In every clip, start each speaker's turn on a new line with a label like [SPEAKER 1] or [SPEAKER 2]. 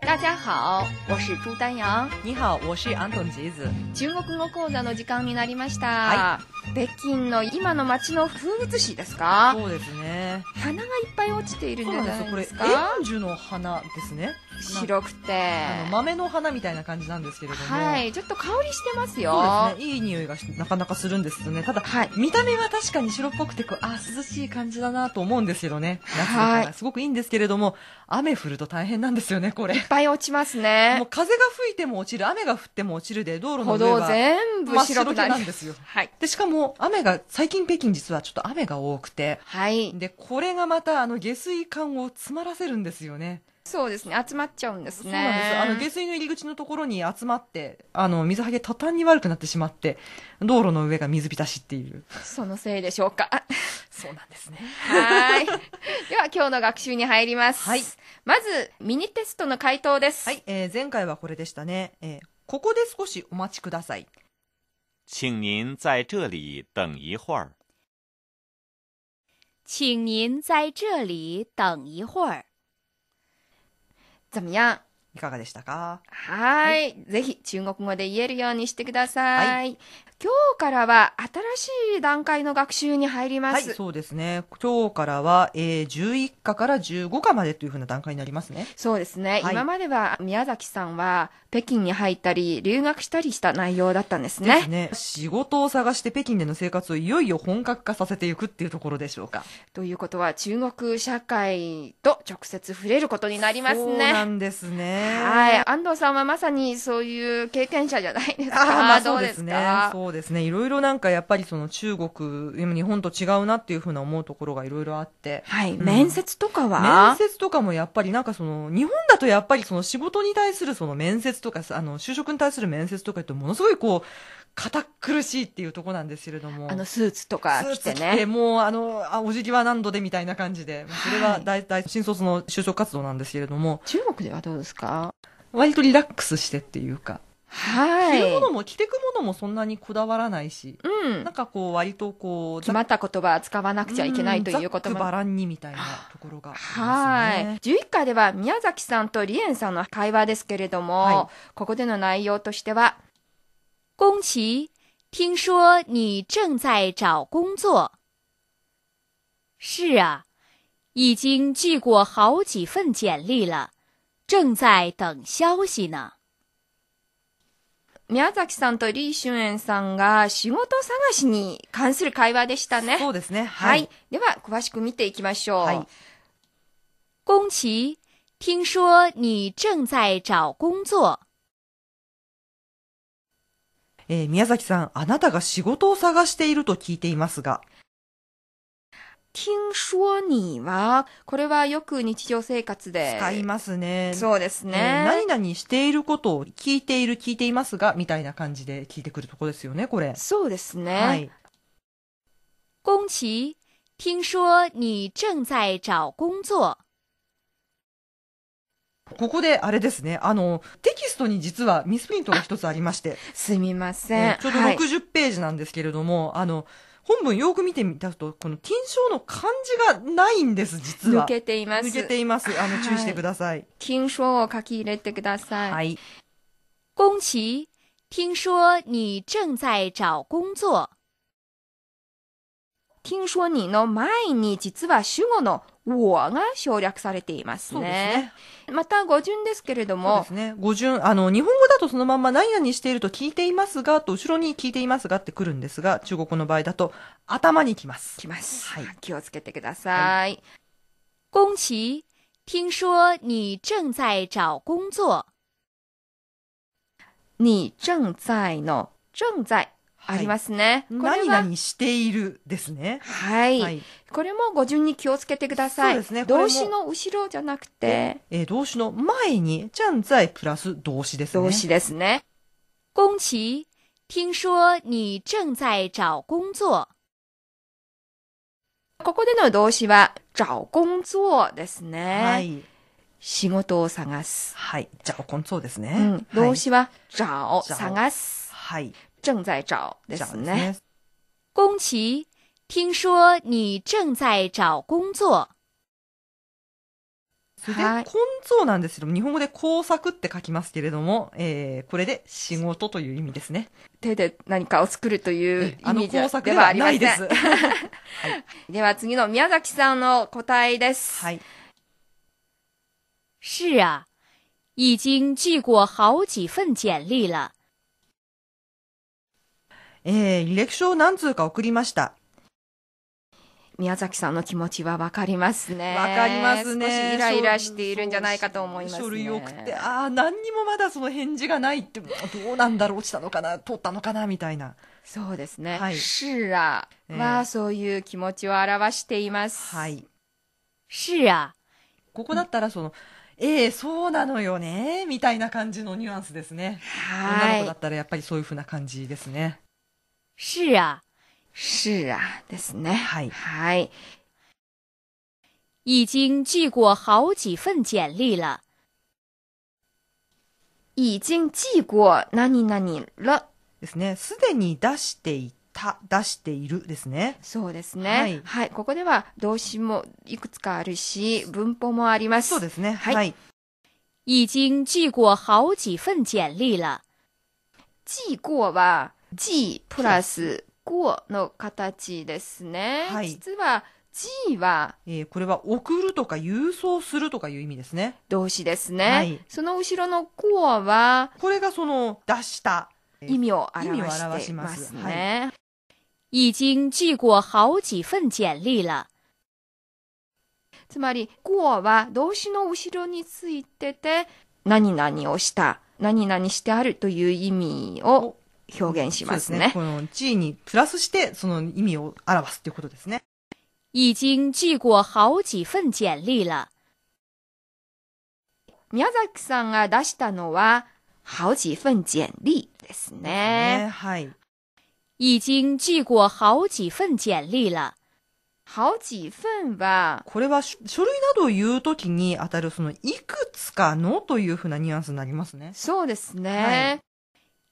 [SPEAKER 1] 大家好，我是朱丹阳。
[SPEAKER 2] 你好，我是安東吉子。
[SPEAKER 1] 中国語講座の時間になりました。北京の今の街の風物詩ですか
[SPEAKER 2] そうですね。
[SPEAKER 1] 花がいっぱい落ちているん
[SPEAKER 2] そう
[SPEAKER 1] じ
[SPEAKER 2] な
[SPEAKER 1] ゃ
[SPEAKER 2] んで
[SPEAKER 1] な
[SPEAKER 2] す
[SPEAKER 1] い
[SPEAKER 2] よ。こ
[SPEAKER 1] で
[SPEAKER 2] れ
[SPEAKER 1] す、
[SPEAKER 2] エ
[SPEAKER 1] か
[SPEAKER 2] ンジュの花ですね。
[SPEAKER 1] 白くて。
[SPEAKER 2] あの豆の花みたいな感じなんですけれども。
[SPEAKER 1] はい、ちょっと香りしてますよ。
[SPEAKER 2] そうですね。いい匂いがしなかなかするんですよね。ただ、
[SPEAKER 1] はい。
[SPEAKER 2] 見た目は確かに白っぽくて、こうあ、涼しい感じだなと思うんですけどね。夏だか
[SPEAKER 1] は
[SPEAKER 2] らすごくいいんですけれども、雨降ると大変なんですよね、これ。
[SPEAKER 1] いっぱい落ちますね
[SPEAKER 2] もう。風が吹いても落ちる、雨が降っても落ちるで、道路の
[SPEAKER 1] 歩
[SPEAKER 2] 上
[SPEAKER 1] 道
[SPEAKER 2] は
[SPEAKER 1] 全部
[SPEAKER 2] 真っ
[SPEAKER 1] 白
[SPEAKER 2] 白
[SPEAKER 1] く
[SPEAKER 2] く
[SPEAKER 1] な
[SPEAKER 2] なん
[SPEAKER 1] り
[SPEAKER 2] ですよ。
[SPEAKER 1] はい。
[SPEAKER 2] で、しかも雨が、最近北京実はちょっと雨が多くて、
[SPEAKER 1] はい。
[SPEAKER 2] で、これがまた、あの、下水管を詰まらせるんですよね。
[SPEAKER 1] そうですね。集まっちゃうんです
[SPEAKER 2] そう
[SPEAKER 1] ね。
[SPEAKER 2] なんです。あの、下水の入り口のところに集まって、あの、水はけ途端に悪くなってしまって、道路の上が水浸しっていう。
[SPEAKER 1] そのせいでしょうか。
[SPEAKER 2] そうなんですね。
[SPEAKER 1] はい。では今日の学習に入ります。
[SPEAKER 2] はい
[SPEAKER 1] まず、ミニテストの回答です。
[SPEAKER 2] はい、えー前回はこれでしたね。えーここで少しお待ちください。
[SPEAKER 3] 请您在这里等一会儿。
[SPEAKER 4] 请您在这里等一会儿。
[SPEAKER 1] 怎么样
[SPEAKER 2] いかがでしたか
[SPEAKER 1] はいぜひ中国語で言えるようにしてください。今日からは新しい段階の学習に入りま
[SPEAKER 2] はい、
[SPEAKER 1] す。
[SPEAKER 2] そうですね。今日からは、えー11課から15課までというふうな段階になりますね。
[SPEAKER 1] そうですね、
[SPEAKER 2] はい
[SPEAKER 1] 今までは宮崎さんは北京に入ったり留学したりした内容だったんですね。
[SPEAKER 2] ですね。仕事を探して北京での生活をいよいよ本格化させていくっていうところでしょうか。
[SPEAKER 1] ということは中国社会と直接触れることになります
[SPEAKER 2] そう
[SPEAKER 1] ね。
[SPEAKER 2] なんですね。
[SPEAKER 1] はい。安藤さんはまさにそういう経験者じゃないですか。
[SPEAKER 2] あーまあ
[SPEAKER 1] ど
[SPEAKER 2] そうう
[SPEAKER 1] で
[SPEAKER 2] ですすね
[SPEAKER 1] か。
[SPEAKER 2] そうですね。いろいろなんかやっぱりその中国、今日本と違うなっていうふうな思うところがいろいろあって。
[SPEAKER 1] はい。
[SPEAKER 2] ん
[SPEAKER 1] 面接とかは
[SPEAKER 2] 面接とかもやっぱりなんかその、日本だとやっぱりその仕事に対するその面接とか、あの、就職に対する面接とかってものすごいこう、堅苦しいっていうところなんですけれども。
[SPEAKER 1] あの、スーツとか着て
[SPEAKER 2] スーツ着て
[SPEAKER 1] ね。
[SPEAKER 2] もう、あの、あ、お辞儀は何度でみたいな感じで、まあそれ
[SPEAKER 1] は
[SPEAKER 2] はい大体新卒の就職活動なんですけれども、
[SPEAKER 1] 中国ではどうですか
[SPEAKER 2] 割とリラックスしてっていうか、
[SPEAKER 1] はい。
[SPEAKER 2] 着るものも着てくものもそんなにこだわらないし、
[SPEAKER 1] うん
[SPEAKER 2] なん。かこう割とこう、
[SPEAKER 1] 決まった言葉は使わなくちゃいけないということ
[SPEAKER 2] んざっくば
[SPEAKER 1] も。
[SPEAKER 2] らんにみたいなところがありま
[SPEAKER 1] は
[SPEAKER 2] すね。
[SPEAKER 1] い。11回では宮崎さんとリエンさんの会話ですけれども、
[SPEAKER 2] は
[SPEAKER 1] ここでの内容としては、
[SPEAKER 4] 宫崎，听说你正在找工作。是啊，已经寄过好几份简历了，正在等消息呢。
[SPEAKER 1] 宮崎さんとリー・シュエンさんが仕事探しに関する会話でしたね。
[SPEAKER 2] そうですね。は
[SPEAKER 1] はいい。。では、詳しく見ていきましょう。
[SPEAKER 2] はい
[SPEAKER 4] 宫崎，听说你正在找工作。
[SPEAKER 2] えー宮崎さん、あなたが仕事を探していると聞いていますが、
[SPEAKER 1] 听说你は、これはよく日常生活で。
[SPEAKER 2] 使いますね。
[SPEAKER 1] そうです
[SPEAKER 2] えー
[SPEAKER 1] ね。
[SPEAKER 2] 何々していることを聞いている、聞いていますが、みたいな感じで聞いてくるとこですよね、これ。
[SPEAKER 1] そうですね。
[SPEAKER 2] はい。
[SPEAKER 4] 宫崎，听说你正在找工作。
[SPEAKER 2] ここで、あれですね、あの、テキストに実はミスプリントが一つありまして、
[SPEAKER 1] すみません。
[SPEAKER 2] えーちょうど
[SPEAKER 1] はい
[SPEAKER 2] 60ページなんですけれども、あの、本文よく見てみたと、この金賞の漢字がないんです、実は。
[SPEAKER 1] 抜けています。
[SPEAKER 2] 抜けています。あの、注意してください。
[SPEAKER 1] 听说を書き入れてください。
[SPEAKER 2] い。
[SPEAKER 4] 宫崎，听说你正在找工作。
[SPEAKER 1] 听说你の前に実は主語の我が省略されています
[SPEAKER 2] そうです
[SPEAKER 1] ね。
[SPEAKER 2] ね。
[SPEAKER 1] また語順ですけれど
[SPEAKER 2] そうで
[SPEAKER 1] も
[SPEAKER 2] す、ね。語順、あの、日本語だとそのまんま何々していると聞いていますが、と後ろに聞いていますがって来るんですが、中国語の場合だと頭に来ます。
[SPEAKER 1] 来ます、
[SPEAKER 2] はい。
[SPEAKER 1] 気をつけてください。
[SPEAKER 4] 宫崎，听说你正在找工作。
[SPEAKER 1] 你正在の正在ありますすね。これ
[SPEAKER 2] 何
[SPEAKER 1] は
[SPEAKER 2] 々しているですね。
[SPEAKER 1] はい、
[SPEAKER 2] はい。
[SPEAKER 1] これも語順に気をつけてください。
[SPEAKER 2] そうですねこれも
[SPEAKER 1] 動詞の後ろじゃなくて、
[SPEAKER 2] えー動詞の前に、ちゃんざいプラス動詞ですね。
[SPEAKER 1] 動詞ですね。
[SPEAKER 4] 宫崎，听说你正在找工作。
[SPEAKER 1] ここでの動詞は、找工作ですね。
[SPEAKER 2] はい。
[SPEAKER 1] 仕事を探す。
[SPEAKER 2] はい。じゃあ、こんそうですね。
[SPEAKER 1] うん、動詞は、找、
[SPEAKER 2] 找
[SPEAKER 1] 探す。
[SPEAKER 2] はい。
[SPEAKER 1] 正在找です
[SPEAKER 2] じゃあ
[SPEAKER 1] ね。。
[SPEAKER 4] 宫崎，听说你正在找工作。
[SPEAKER 2] それで、
[SPEAKER 1] はい
[SPEAKER 2] 根造なんですけども、日本語で工作って書きますけれども、えー、これで仕事という意味ですね。
[SPEAKER 1] 手で何かを作るという意
[SPEAKER 2] あの
[SPEAKER 1] 味じ
[SPEAKER 2] 工
[SPEAKER 1] ゃ
[SPEAKER 2] 作
[SPEAKER 1] で
[SPEAKER 2] で
[SPEAKER 1] はあ
[SPEAKER 2] は
[SPEAKER 1] りま
[SPEAKER 2] な
[SPEAKER 1] せ
[SPEAKER 2] い
[SPEAKER 1] ん。
[SPEAKER 2] です。
[SPEAKER 1] では次の宮崎さんの答え です。
[SPEAKER 2] はい。
[SPEAKER 4] 是啊，已经寄过好几份简历了。
[SPEAKER 2] えー、履歴書を何通か送りました。
[SPEAKER 1] 宮崎さんの気持ちはわかりますね。
[SPEAKER 2] わかりますね。
[SPEAKER 1] 少しイライラしているんじゃないかと思います、ね。
[SPEAKER 2] 書類を送って、ああ、何にもまだその返事がないって、どうなんだろう、落ちたのかな、通ったのかな、みたいな。
[SPEAKER 1] そうですね。
[SPEAKER 2] はい
[SPEAKER 1] 是啊
[SPEAKER 2] ええ
[SPEAKER 1] は、そういう気持ちを表しています。
[SPEAKER 2] はい。
[SPEAKER 4] 是啊，
[SPEAKER 2] ここだったら、その、ええそうなのよね、みたいな感じのニュアンスですね。女
[SPEAKER 1] は
[SPEAKER 2] の子だ
[SPEAKER 1] い。
[SPEAKER 2] ったらやっぱりそういうふうな感じですね。
[SPEAKER 4] 是啊，
[SPEAKER 1] 是啊ですね。
[SPEAKER 2] はい
[SPEAKER 1] はい。
[SPEAKER 4] 已经寄过好几份简历了。
[SPEAKER 1] 已经寄过何々了。
[SPEAKER 2] ですね。すでに出していた、出しているですね。
[SPEAKER 1] そうですね。は
[SPEAKER 2] はいい。
[SPEAKER 1] ここでは動詞もいくつかあるし、文法もあります。
[SPEAKER 2] そうですね。
[SPEAKER 1] はい
[SPEAKER 2] はい。
[SPEAKER 4] 已经寄过好几份简历了。
[SPEAKER 1] 寄过は、寄プラス过の形ですね。
[SPEAKER 2] はい
[SPEAKER 1] 実は、寄は
[SPEAKER 2] えーこれは送るとか郵送するとかいう意味ですね。
[SPEAKER 1] 動詞ですね。
[SPEAKER 2] はい
[SPEAKER 1] その後ろの过は
[SPEAKER 2] これがその出した。
[SPEAKER 1] 意味を表
[SPEAKER 2] 意味を
[SPEAKER 1] し
[SPEAKER 2] 表
[SPEAKER 1] てい
[SPEAKER 2] し
[SPEAKER 1] ま
[SPEAKER 2] ますす
[SPEAKER 1] ね。
[SPEAKER 4] 已经寄过好几份简历了。
[SPEAKER 1] つまり、过は動詞の後ろについてて、何々をした、何々してあるという意味を表現しますね。
[SPEAKER 2] そうですこの地位にプラスして、その意味を表すっていうことですね。
[SPEAKER 4] 已经寄过好几份简历了。
[SPEAKER 1] 宮崎さんが出したのは、好几份简历ですね。
[SPEAKER 2] はい。
[SPEAKER 4] 已经寄过好几份简历了。
[SPEAKER 1] 好几份は、
[SPEAKER 2] これは書書類などを言うときに当たる、その、いくつかのというふうなニュアンスになりますね。
[SPEAKER 1] そうです
[SPEAKER 2] は
[SPEAKER 1] ね。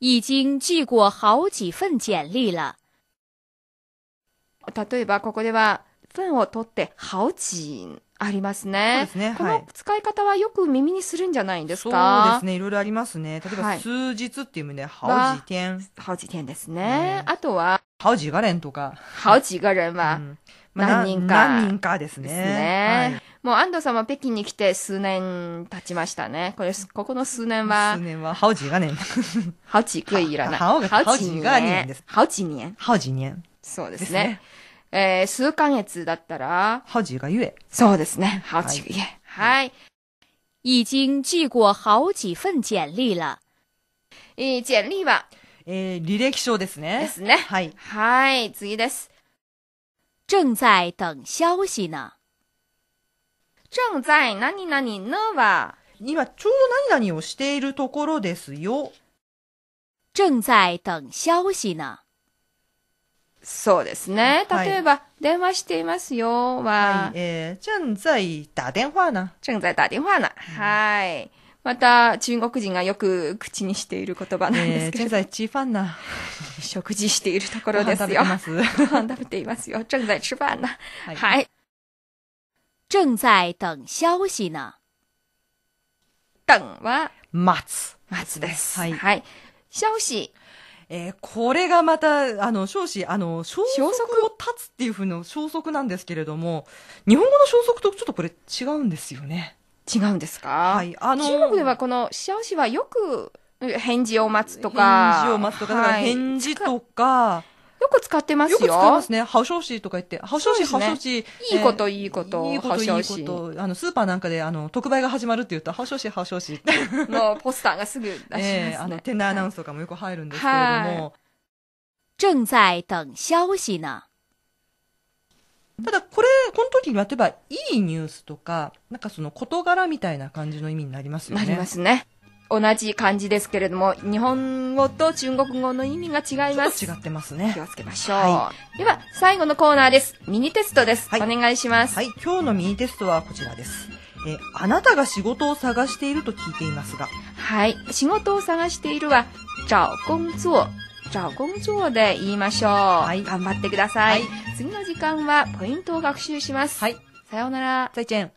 [SPEAKER 4] 已经寄过好几份简历了。
[SPEAKER 1] 例えば、ここでは、分を取って、好几あります
[SPEAKER 2] そうで
[SPEAKER 1] ね。
[SPEAKER 2] すね。
[SPEAKER 1] こ
[SPEAKER 2] はい
[SPEAKER 1] の。使い方はよく耳にするんじゃないです
[SPEAKER 2] そうで
[SPEAKER 1] か
[SPEAKER 2] すね。いろいろありますね。例え
[SPEAKER 1] は
[SPEAKER 2] ば、
[SPEAKER 1] い
[SPEAKER 2] 数日っていう意味で、
[SPEAKER 1] わ
[SPEAKER 2] 好几天、
[SPEAKER 1] 好几天ですね。
[SPEAKER 2] うん
[SPEAKER 1] あとは、
[SPEAKER 2] 好几个人とか。
[SPEAKER 1] 好几个人は、
[SPEAKER 2] うん
[SPEAKER 1] 何人か
[SPEAKER 2] 何人かですね。
[SPEAKER 1] ですねもう安藤さんは北京に来て数年経ちましたね。これ、ここの数年
[SPEAKER 2] はい。
[SPEAKER 1] は
[SPEAKER 2] 数、年は、好几个年。
[SPEAKER 1] 好几个いらない。
[SPEAKER 2] はは
[SPEAKER 1] 好
[SPEAKER 2] 好
[SPEAKER 1] 几
[SPEAKER 2] 几
[SPEAKER 1] 年
[SPEAKER 2] が人です
[SPEAKER 1] 好几年。
[SPEAKER 2] 好几年
[SPEAKER 1] そうで
[SPEAKER 2] ですす
[SPEAKER 1] ね。
[SPEAKER 2] ね。
[SPEAKER 1] えー数ヶ月だったら、
[SPEAKER 2] 好几个月。
[SPEAKER 1] そうですね。好几个月。はい。
[SPEAKER 4] 已经寄过好几份简历了。
[SPEAKER 1] いい简历は
[SPEAKER 2] えー、履歴書です
[SPEAKER 1] で
[SPEAKER 2] ね。
[SPEAKER 1] すね。
[SPEAKER 2] はい。
[SPEAKER 1] はい。次です。
[SPEAKER 4] 正在等消息呢。
[SPEAKER 1] 正在何々のは、
[SPEAKER 2] 今、ちょうど何々をしているところですよ。
[SPEAKER 4] 正在等消息呢。
[SPEAKER 1] そうですね。
[SPEAKER 2] はい
[SPEAKER 1] 例えば、電話していますよは、
[SPEAKER 2] はい。えー、正在打電話な。
[SPEAKER 1] 正在打電話な。はい。また、中国人がよく口にしている言葉なんです
[SPEAKER 2] えー、
[SPEAKER 1] けれ
[SPEAKER 2] 正
[SPEAKER 1] ど、
[SPEAKER 2] 在吃飯な。
[SPEAKER 1] 食事しているとこ
[SPEAKER 2] こ
[SPEAKER 1] ろですよ。
[SPEAKER 2] ます。
[SPEAKER 1] ご飯 食べていますよ。正在吃飯な。
[SPEAKER 2] は
[SPEAKER 1] はい。
[SPEAKER 4] 正在等消息呢。
[SPEAKER 1] 等は、
[SPEAKER 2] 待つ。
[SPEAKER 1] 待つです。
[SPEAKER 2] はい
[SPEAKER 1] はい。消息。
[SPEAKER 2] えーこれがまた、あの、少子、あの、消息を
[SPEAKER 1] 消息
[SPEAKER 2] 立つっていう風の消息なんですけれども、日本語の消息とちょっとこれ違うんですよね。
[SPEAKER 1] 違うんですか
[SPEAKER 2] はい。あの、
[SPEAKER 1] 中国ではこの消息はよくえ返事を待つとか。
[SPEAKER 2] 返事を待つとか、だから
[SPEAKER 1] はい
[SPEAKER 2] 返事とか、
[SPEAKER 1] よく使ってます
[SPEAKER 2] よ
[SPEAKER 1] よ。
[SPEAKER 2] く使いますね。ハ消子とか言って、ハ消子、
[SPEAKER 1] そ
[SPEAKER 2] ハ
[SPEAKER 1] うですね
[SPEAKER 2] 消子。
[SPEAKER 1] いいこと、
[SPEAKER 2] えー
[SPEAKER 1] いいこと、
[SPEAKER 2] いいこと、い
[SPEAKER 1] 保証
[SPEAKER 2] い
[SPEAKER 1] し
[SPEAKER 2] こと。あの、スーパーなんかで、あの、特売が始まるって言うと、ハ消子、ハ消子 って、
[SPEAKER 1] もうポスターがすぐ出しますね。
[SPEAKER 2] えーあの、店内アナウンスとかもよく入るんですけれども、
[SPEAKER 4] 正在等消息呢。
[SPEAKER 2] ただこれ、この時に例えば、いいニュースとか、なんかその事柄みたいな感じの意味になりますよ
[SPEAKER 1] な
[SPEAKER 2] ね。
[SPEAKER 1] りますね。同じ漢字ですけれども、日本語と中国語の意味が違いま
[SPEAKER 2] ち
[SPEAKER 1] す
[SPEAKER 2] ょっ。と違ってます
[SPEAKER 1] 気
[SPEAKER 2] ね。
[SPEAKER 1] をつけましょう。
[SPEAKER 2] は
[SPEAKER 1] では、最後のコーナーです。ミニテストです。
[SPEAKER 2] はい
[SPEAKER 1] お願いします。
[SPEAKER 2] はい、今日のミニテストはこちらです。えーあなたが仕事を探していると聞いていますが、
[SPEAKER 1] はい。仕事を探しているは、找工作。找工作で言いましょう。
[SPEAKER 2] い
[SPEAKER 1] 頑張ってください。
[SPEAKER 2] は
[SPEAKER 1] 次の時間はポイントを学習します。
[SPEAKER 2] はい、
[SPEAKER 1] さようなら。
[SPEAKER 2] 再见。